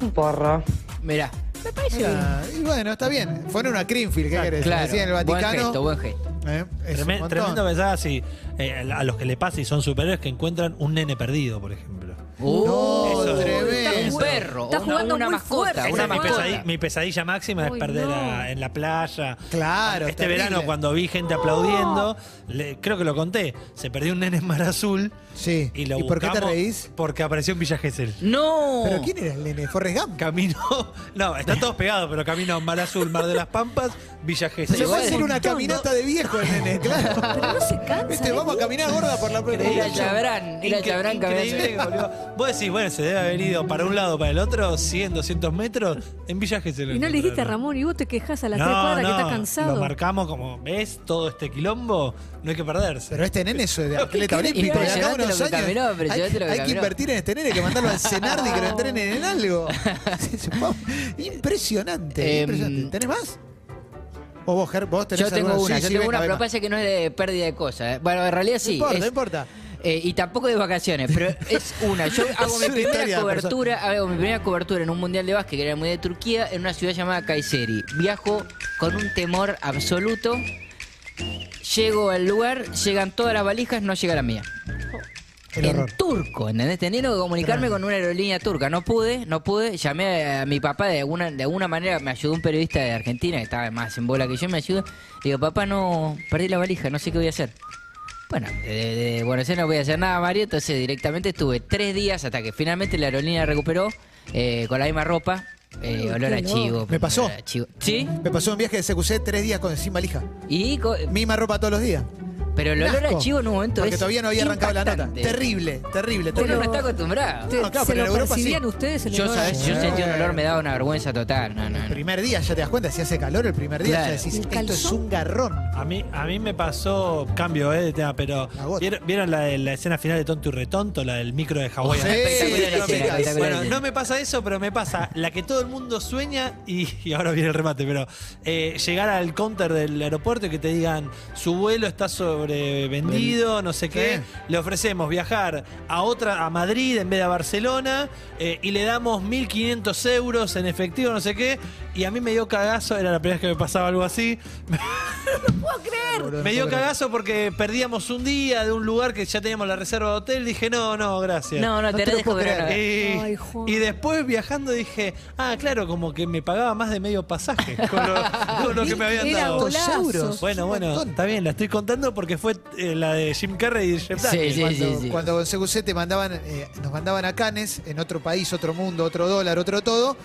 J: un porro.
B: Mirá.
E: Me parece bien.
C: Ah, Y bueno, está bien. Fue en una Greenfield, ¿qué querés?
B: Claro.
C: Decía en el Vaticano.
B: Buen gesto, buen gesto.
C: Eh, es un
D: Treme-
C: montón.
D: tremendo pensada si eh, a los que le pasa y son superhéroes que encuentran un nene perdido, por ejemplo.
B: Uh,
D: Eso es-
B: un
C: tremendo.
B: perro,
E: Está
B: una-
E: jugando
B: una
E: muy
B: mascota,
E: fuerte,
B: una
D: Esa es mi,
E: mascota.
D: pesadi- mi pesadilla máxima es
E: Uy,
D: perder
E: no.
D: a- en la playa.
C: Claro,
D: Este
C: terrible.
D: verano cuando vi gente aplaudiendo, le- creo que lo conté, se perdió un nene en Mar Azul
C: Sí.
D: y lo
C: ¿Y por qué te
D: buscamos
C: reís?
D: Porque apareció en Villa Gesell.
B: No.
C: ¿Pero quién era el nene? ¿Forrest Gump?
D: Camino, no, están todos pegados, pero camino a Mar Azul, Mar de las Pampas, Villa Gesell.
C: Se va a
B: igual
C: hacer
B: es
C: una
E: montón,
C: caminata de viejo el nene, claro.
E: Pero no se cansa.
C: Este,
E: ¿eh?
C: vamos a caminar gorda por la
B: Ir al
C: playa.
B: Chabrán, ir al
D: Incre-
B: Chabrán
D: increíble
B: caminando.
D: que volvió. Vos decís, bueno, se debe haber ido para un lado o para el otro, 100, 200 metros, en Villa Gesell.
E: Y no le dijiste a
D: encontraron.
E: Ramón y vos te quejas a las
D: No,
E: tres cuadras
D: no,
E: que está
D: Lo
E: cansado.
D: marcamos como, ¿ves? Todo este quilombo, no hay que perderse.
C: Pero este nene es de atleta
B: Increíble.
C: olímpico. De acá a unos años.
B: Impresionante lo que caminó,
C: hay,
B: impresionante lo que
C: hay que
B: caminó.
C: invertir en este nene, que mandarlo al cenar y que lo entrenen en algo. impresionante,
B: Em,
C: impresionante. ¿Tenés más? ¿O vos, Ger, vos tenés
B: Yo tengo
C: alguna?
B: una,
C: Sí,
B: yo
C: sí,
B: tengo
C: venga,
B: una, pero
C: venga.
B: pasa que no es de pérdida de cosas. ¿eh? Bueno, en realidad sí.
C: No importa,
B: es-
C: no importa.
B: Eh, y tampoco de vacaciones, pero es una. Yo hago
C: Es
B: mi
C: una historia
B: primera
C: de
B: cobertura, hago mi primera cobertura en un mundial de básquet, que era el mundial de Turquía, en una ciudad llamada Kayseri. Viajo con un temor absoluto. Llego al lugar, llegan todas las valijas, no llega la mía.
C: El
B: en
C: horror.
B: turco, ¿entendés? Teniendo que comunicarme con una aerolínea turca. No pude, no pude. Llamé a mi papá de alguna, de alguna manera, me ayudó un periodista de Argentina que estaba más en bola que yo, me ayudó. Le digo, papá, no, perdí la valija, no sé qué voy a hacer. Bueno, de, de Buenos Aires no voy a hacer nada, Mario, entonces directamente estuve tres días hasta que finalmente la aerolínea recuperó eh, con la misma ropa. eh,
E: Uy,
B: olor a
E: qué
B: chivo.
C: Me pasó.
B: olor a chivo. ¿Sí?
C: Me pasó un viaje de CQC tres días con, sin valija.
B: Y co-
C: Misma ropa todos los días.
B: pero el olor a
C: Asco.
B: chivo en un momento
C: Porque
B: es
C: todavía no había arrancado la nota.
B: impactante.
C: Terrible, terrible,
B: Uno
C: terrible.
B: no está acostumbrado.
E: Te-
C: No, Ah, claro,
E: ¿Se
C: pero en
E: lo
C: Europa
E: percibían
C: sí.
E: ustedes en el Ah.
B: Yo,
E: olor?
B: ¿sabes? yo sentí un olor, me daba una vergüenza total. No, no,
C: El
B: no.
C: primer día ya te das cuenta, si hace calor el primer día
B: Claro.
C: ya decís,
E: El
C: esto
E: calzón.
C: es un garrón.
D: A mí, a mí me pasó, cambio eh, de tema, pero
C: Agosto.
D: ¿vieron, vieron la, de- la escena final de Tonto y Retonto, la del micro de Hawái?
C: Sí,
B: Espectacular
C: sí,
B: escena,
C: sí.
B: espectacular
D: Bueno,
B: escena.
D: no me pasa eso, pero me pasa la que todo el mundo sueña y, y ahora viene el remate, pero eh, llegar al counter del aeropuerto y que te digan su vuelo está sobrevendido, no sé qué,
C: Sí.
D: le ofrecemos viajar a otra, a Madrid en vez de a Barcelona eh, y le damos 1500 euros en efectivo, no sé qué, y a mí me dio cagazo, era la primera vez que me pasaba algo así,
C: Boludo,
D: me
C: no
D: dio
C: puedo creer.
D: cagazo porque perdíamos un día de un lugar que ya teníamos la reserva de hotel. Dije, no, no, gracias.
B: No, no,
C: No
B: te
C: te
B: la
C: lo
B: dejo
C: puedo
B: pero
C: creer.
B: no.
D: Y,
E: Ay, Juan.
D: y después viajando dije, ah, claro, como que me pagaba más de medio pasaje con lo, con lo que me habían
E: Era
D: dado.
E: golazo.
C: euros.
D: Bueno,
C: Un
D: bueno,
C: montón.
D: está bien, la estoy contando porque fue eh, la de Jim Carrey y Jeff Daniels.
B: Sí,
C: cuando,
B: sí, sí.
C: cuando con CQC te mandaban, eh, nos mandaban a Canes, en otro país, otro mundo, otro dólar, otro todo,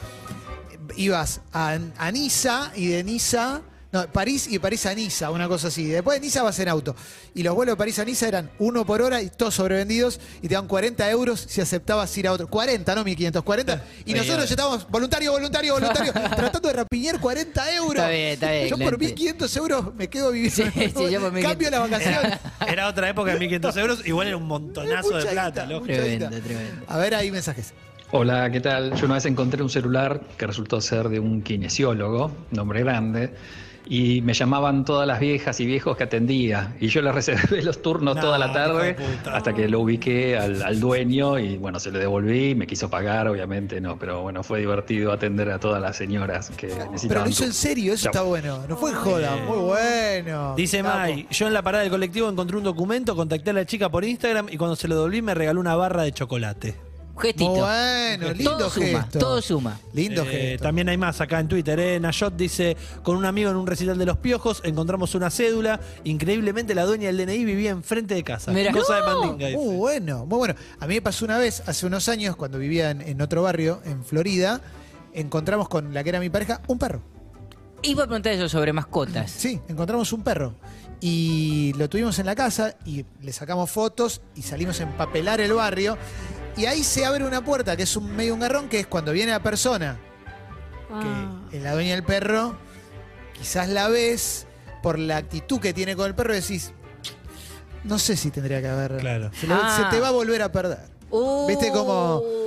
C: ibas a, a Niza y de Niza, no, París y de París a Niza, una cosa así. Después de Niza vas en auto. Y los vuelos de París a Niza eran uno por hora y todos sobrevendidos y te dan 40 euros si aceptabas ir a otro. 40, no 1500, 40. Y
D: Muy
C: nosotros
D: bien.
C: ya estábamos voluntario, voluntario, voluntario, tratando de rapiñar 40 euros.
B: Está bien, está bien,
C: Yo por
B: excelente.
C: 1500 euros me quedo viviendo.
B: Sí, sí, yo por 1500.
C: Cambio las vacaciones.
D: Era otra época de 1.500 euros, igual era un montonazo de
C: Mucha
D: plata,
C: guita,
D: loco.
C: mucha
B: Tremendo,
C: guita.
B: tremendo.
C: A ver, hay mensajes.
K: Hola, ¿qué tal? Yo una vez encontré un celular que resultó ser de un kinesiólogo, nombre grande, y me llamaban todas las viejas y viejos que atendía. Y yo les reservé los turnos toda la tarde hasta que lo ubiqué al, al dueño y bueno, se le devolví y me quiso pagar, obviamente, no. Pero bueno, fue divertido atender a todas las señoras que necesitaban.
C: Pero lo hizo
K: tu-
C: en serio, eso
K: Chau.
C: está bueno. No fue en joda, muy bueno.
D: Eh, Dice
C: Capo.
D: May, yo en la parada del colectivo encontré un documento, contacté a la chica por Instagram y cuando se lo doblé me regaló una barra de chocolate.
B: Gestito.
C: Muy bueno, lindo
B: todo suma,
C: gesto.
B: todo suma.
C: Lindo
D: Eh,
C: gesto.
D: También hay más acá en Twitter. Eh. Nayot dice: Con un amigo en un recital de los piojos encontramos una cédula. Increíblemente, la dueña del DNI vivía enfrente de casa.
B: Mirá.
D: Cosa de mandinga. dice.
C: Muy Uh, bueno, muy bueno. A mí me pasó una vez, hace unos años, cuando vivía en, en otro barrio, en Florida, encontramos con la que era mi pareja un perro.
B: Iba a preguntar eso sobre mascotas.
C: Sí, encontramos un perro. Y lo tuvimos en la casa y le sacamos fotos y salimos a empapelar el barrio. Y ahí se abre una puerta que es un medio un garrón, que es cuando viene la persona
E: Ah,
C: que la dueña del perro, quizás la ves por la actitud que tiene con el perro y decís, no sé si tendría que haber.
D: Claro.
C: Se, lo-
B: Ah.
C: se te va a volver a perder. Viste como-
E: Uh.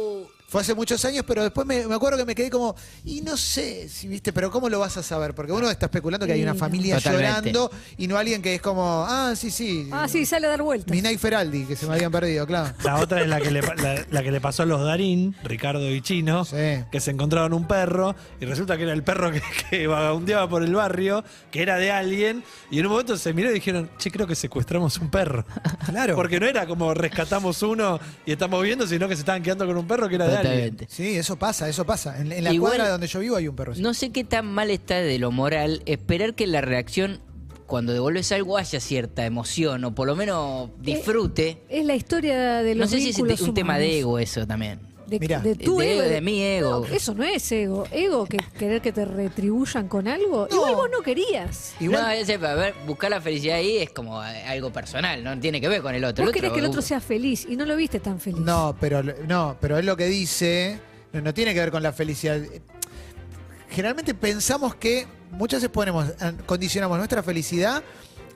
C: Fue hace muchos años, pero después me, me acuerdo que me quedé como, y no sé si viste, pero ¿cómo lo vas a saber? Porque uno está especulando que hay una
E: Sí,
C: familia
B: Totalmente.
C: llorando y no alguien que es como, ah, sí, sí.
E: Ah, sí, sale a dar vueltas.
C: Minay Feraldi, que se me habían perdido, claro.
D: La otra es la que, le, pa- la, la que le pasó a los Darín, Ricardo y Chino,
C: Sí.
D: que se encontraron un perro y resulta que era el perro que, que vagabundeaba por el barrio, que era de alguien, y en un momento se miró y dijeron, che, creo que secuestramos un perro. Claro. Porque no era como rescatamos uno y estamos viendo, sino que se estaban quedando con un perro que era de alguien.
B: Totalmente.
C: Sí, eso pasa, eso pasa. En, en la
B: Igual-
C: cuadra donde yo vivo hay un perro. así.
B: No sé qué tan mal está de lo moral esperar que la reacción cuando devuelves algo haya cierta emoción o por lo menos disfrute.
E: Es la historia Eh, de
B: No
E: los
B: sé si es un
E: vínculos
B: un tema de
E: humanos.
B: ego eso también.
E: De,
C: Mirá.
E: de tu
B: De
E: ego.
B: ego, de mi ego.
E: No, eso no es ego. Ego, que querer que te retribuyan con algo.
C: No.
E: Igual vos no querías.
C: Igual-
B: No, ese, a ver, buscar la felicidad ahí es como eh, algo personal, no tiene que ver con el otro.
E: Vos querés que el otro sea feliz y no lo viste tan feliz.
C: No, pero lo- no, pero es lo que dice. No, no tiene que ver con la felicidad. Generalmente pensamos que muchas veces ponemos, an- condicionamos nuestra felicidad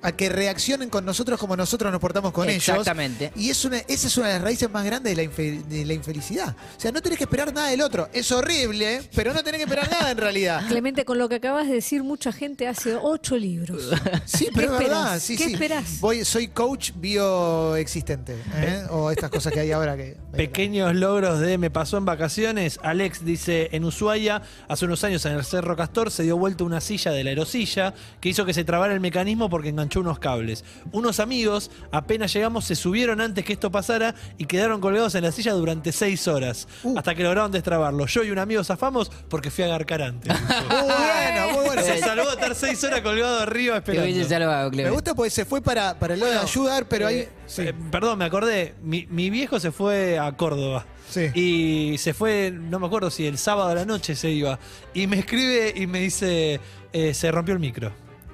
C: a que reaccionen con nosotros como nosotros nos portamos con
B: Exactamente.
C: ellos. Y es una, esa es una de las raíces más grandes de la, infe- de la infelicidad. O sea, no tenés que esperar nada del otro. Es horrible, pero no tenés que esperar nada en realidad.
E: Clemente, con lo que acabas de decir, mucha gente hace ocho libros.
C: Sí,
E: ¿Qué
C: pero es
E: esperás?
C: verdad. Sí,
E: ¿Qué
C: sí.
E: esperás?
C: Voy, soy coach bioexistente. ¿eh? O estas cosas que hay ahora que.
D: Pequeños logros de Me pasó en vacaciones. Alex dice, en Ushuaia, hace unos años en el Cerro Castor se dio vuelta una silla de la aerosilla que hizo que se trabara el mecanismo porque enganchó unos cables. Unos amigos, apenas llegamos, se subieron antes que esto pasara y quedaron colgados en la silla durante seis horas.
C: Uh.
D: Hasta que lograron destrabarlo. Yo y un amigo zafamos porque fui a agarcar antes.
C: Muy bueno, muy bueno.
D: se salvó estar seis horas colgado arriba
B: Te hubiese
D: esperando.
B: salvado,
C: Me
B: Clemente.
C: gusta porque se fue para, para el lado de ayudar, pero ahí. sí.
D: Eh, perdón, me acordé. Mi, mi viejo se fue a Córdoba.
C: Sí.
D: Y se fue, no me acuerdo si el sábado a la noche se iba. Y me escribe y me dice: eh, Se rompió el micro.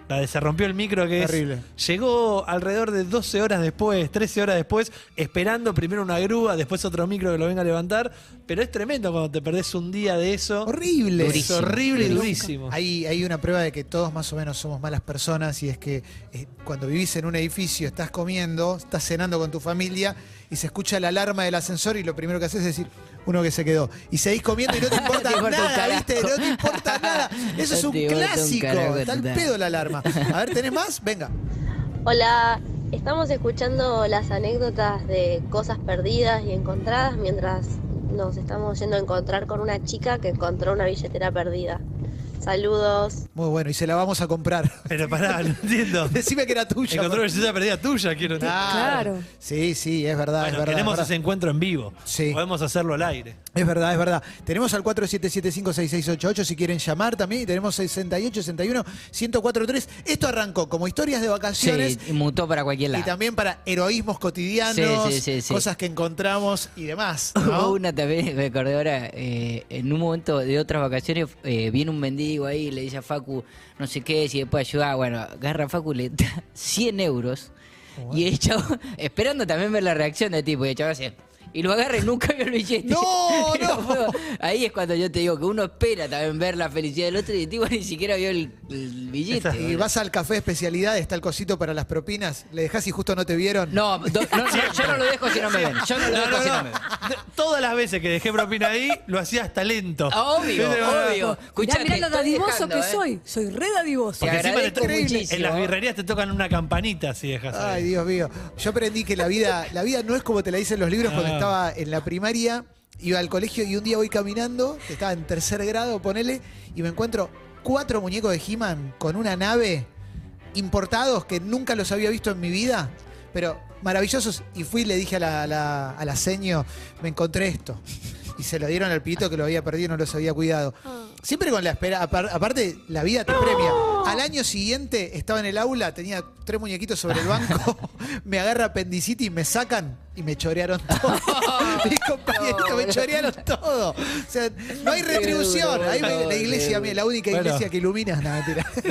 D: La de se rompió el micro que
C: Terrible.
D: es. Llegó alrededor de 12 horas después, 13 horas después, esperando primero una grúa, después otro micro que lo venga a levantar. Pero es tremendo cuando te perdés un día de eso.
C: Horrible.
D: Es
B: Durísimo.
D: horrible y
B: Durísimo.
D: durísimo.
C: Hay, hay una prueba de que todos más o menos somos malas personas y es que eh, cuando vivís en un edificio, estás comiendo, estás cenando con tu familia y se escucha la alarma del ascensor y lo primero que haces es decir, uno que se quedó. Y seguís comiendo y no te importa,
B: Te importa un
C: nada,
B: carajo.
C: ¿viste? No te importa nada. Eso es
B: No
C: un
B: te importa un
C: clásico.
B: carajo,
C: Está al
B: total.
C: pedo la alarma. A ver, ¿tenés más? Venga.
L: Hola, estamos escuchando las anécdotas de cosas perdidas y encontradas mientras nos estamos yendo a encontrar con una chica que encontró una billetera perdida. Saludos.
C: Muy bueno, y se la vamos a comprar.
D: Pero pará, no entiendo.
C: Decime que era tuya.
D: Encontró una silla perdida tuya, quiero decir.
E: Claro.
C: Sí, sí, es verdad,
D: Bueno,
C: es verdad.
D: queremos
C: es verdad.
D: ese encuentro en vivo.
C: Sí.
D: Podemos hacerlo al aire.
C: Es verdad, es verdad. Tenemos al 47756688 si quieren llamar también. Y tenemos 6861-1043. Esto arrancó como historias de vacaciones
B: Sí, y mutó para cualquier
C: y
B: lado.
C: también para heroísmos cotidianos,
B: Sí, sí, sí, sí.
C: cosas que encontramos y demás.
B: Hubo
C: ¿no?
B: Una también, me acordé ahora, eh, en un momento de otras vacaciones, eh, viene un mendigo ahí, le dice a Facu, no sé qué, si después ayudar, bueno, agarra a Facu, le da
C: Oh,
B: 100 euros, y el chavo, esperando también ver la reacción de tipo, y el chavo hace, y lo agarra y nunca vio el billete.
C: ¡No,
B: Y lo fue- Ahí es cuando yo te digo que uno espera también ver la felicidad del otro y el tipo ni siquiera vio el, el billete.
C: Y
B: boludo.
C: vas al café de especialidades, está el cosito para las propinas, le dejás y justo no te vieron.
B: No, no, no, yo no lo dejo si no me ven. Yo no lo
D: No,
B: dejo
D: no,
B: si no
D: no.
B: me ven.
D: Todas las veces que dejé propina ahí, lo hacía hasta lento.
B: Ah, Obvio,
D: Yo te-
B: obvio.
E: Mirá,
B: Escuchá,
E: mirá
B: te
E: lo
B: estoy
E: dadivoso
B: dejando,
E: que
B: ¿eh?
E: soy. Soy re dadivoso.
D: Porque encima te-
C: muchísimo,
D: en las
C: ¿eh?
D: birrerías te tocan una campanita si dejas
C: Ay,
D: ahí.
C: Dios mío. Yo aprendí que la vida, la vida no es como te la dicen los libros cuando
D: Ah.
C: estaba en la primaria, iba al colegio y un día voy caminando, que estaba en tercer grado, ponele, y me encuentro cuatro muñecos de He-Man con una nave importados que nunca los había visto en mi vida, pero maravillosos. Y fui y le dije a la, a la, a la seño, me encontré esto. Y se lo dieron al pibito que lo había perdido y no los había cuidado.
B: Ah.
C: Siempre con la espera, apar- aparte la vida te premia. Al año siguiente estaba en el aula, tenía tres muñequitos sobre el banco, me agarra apendicitis, me sacan y me chorearon todo. Mis compañeritos me chorearon todo. O sea, no hay
B: Qué
C: retribución.
B: duro,
C: Ahí me- la
B: qué
C: iglesia,
B: duro.
C: mía, la única
D: Bueno.
C: iglesia que ilumina. No, mentira.
D: De,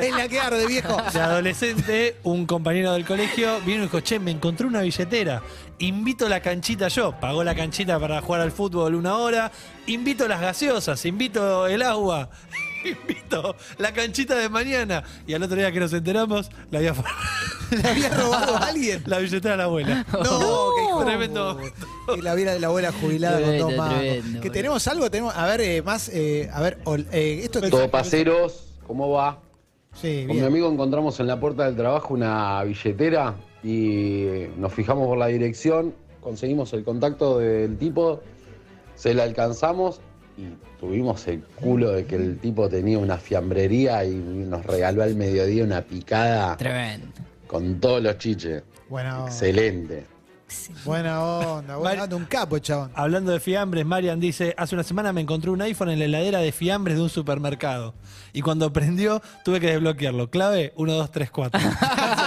D: de-
C: es la que arde, viejo.
D: de adolescente, un compañero del colegio vino y dijo, che, me encontré una billetera. Invito la canchita yo. Pagó la canchita para jugar al fútbol una hora. Invito las gaseosas, invito el agua. Invito la canchita de mañana. Y al otro día que nos enteramos, la había,
C: ¿La había robado a alguien?
D: la billetera de la abuela.
C: No, qué hijo de
D: Tremendo.
C: puta. Y la vida de la abuela jubilada
B: Tremendo,
C: con dos mangos.
B: tremendo,
C: Que
B: boludo.
C: tenemos algo, tenemos. A ver, eh, más. eh, a ver, ol- eh, esto que.
M: Todo paseros, ¿cómo va?
C: Sí,
M: Con mi
C: bien.
M: amigo encontramos en la puerta del trabajo una billetera y nos fijamos por la dirección, conseguimos el contacto del tipo, se la alcanzamos y tuvimos el culo de que el tipo tenía una fiambrería y nos regaló al mediodía una picada
B: Tremendo.
M: con todos los chiches.
C: Buena onda.
M: Excelente.
C: Buena onda, buena onda, un capo, chabón.
D: Hablando de fiambres, Marian dice, hace una semana me encontré un iPhone en la heladera de fiambres de un supermercado. Y cuando prendió, tuve que desbloquearlo. Clave 1234.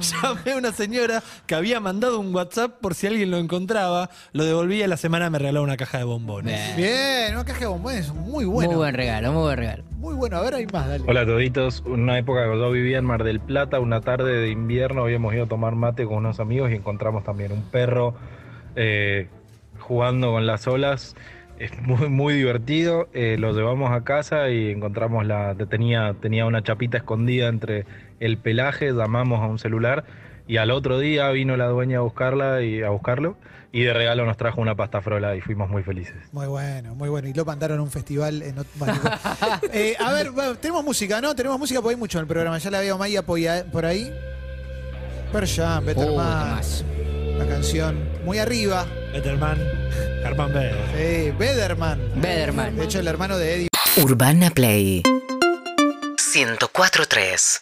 D: Llamé a una señora que había mandado un WhatsApp por si alguien lo encontraba. Lo devolví y a la semana me regaló una caja de bombones.
B: Bien.
C: Bien, una caja de bombones, muy bueno.
B: Muy buen regalo, muy buen regalo.
C: Muy bueno, a ver, hay más, dale.
N: Hola toditos, una época que yo vivía en Mar del Plata, una tarde de invierno habíamos ido a tomar mate con unos amigos y encontramos también un perro eh, jugando con las olas. Es muy, muy divertido, eh, lo llevamos a casa y encontramos la... Tenía, tenía una chapita escondida entre el pelaje, llamamos a un celular y al otro día vino la dueña a buscarla y a buscarlo y de regalo nos trajo una pasta frola y fuimos muy felices.
C: Muy bueno, muy bueno. Y lo mandaron a un festival. En ot- bueno, igual. Eh, a ver, bueno, tenemos música, ¿no? Tenemos música porque hay mucho en el programa. Ya la veo a Maya poia- por ahí. Per Jam, Better
B: Oh,
C: Man,
B: temazo.
C: La canción muy arriba.
D: Betterman, Carpan B.
C: Sí, Bederman.
B: Bederman.
C: De hecho, el hermano de Eddie.
K: Urbana Play 104.3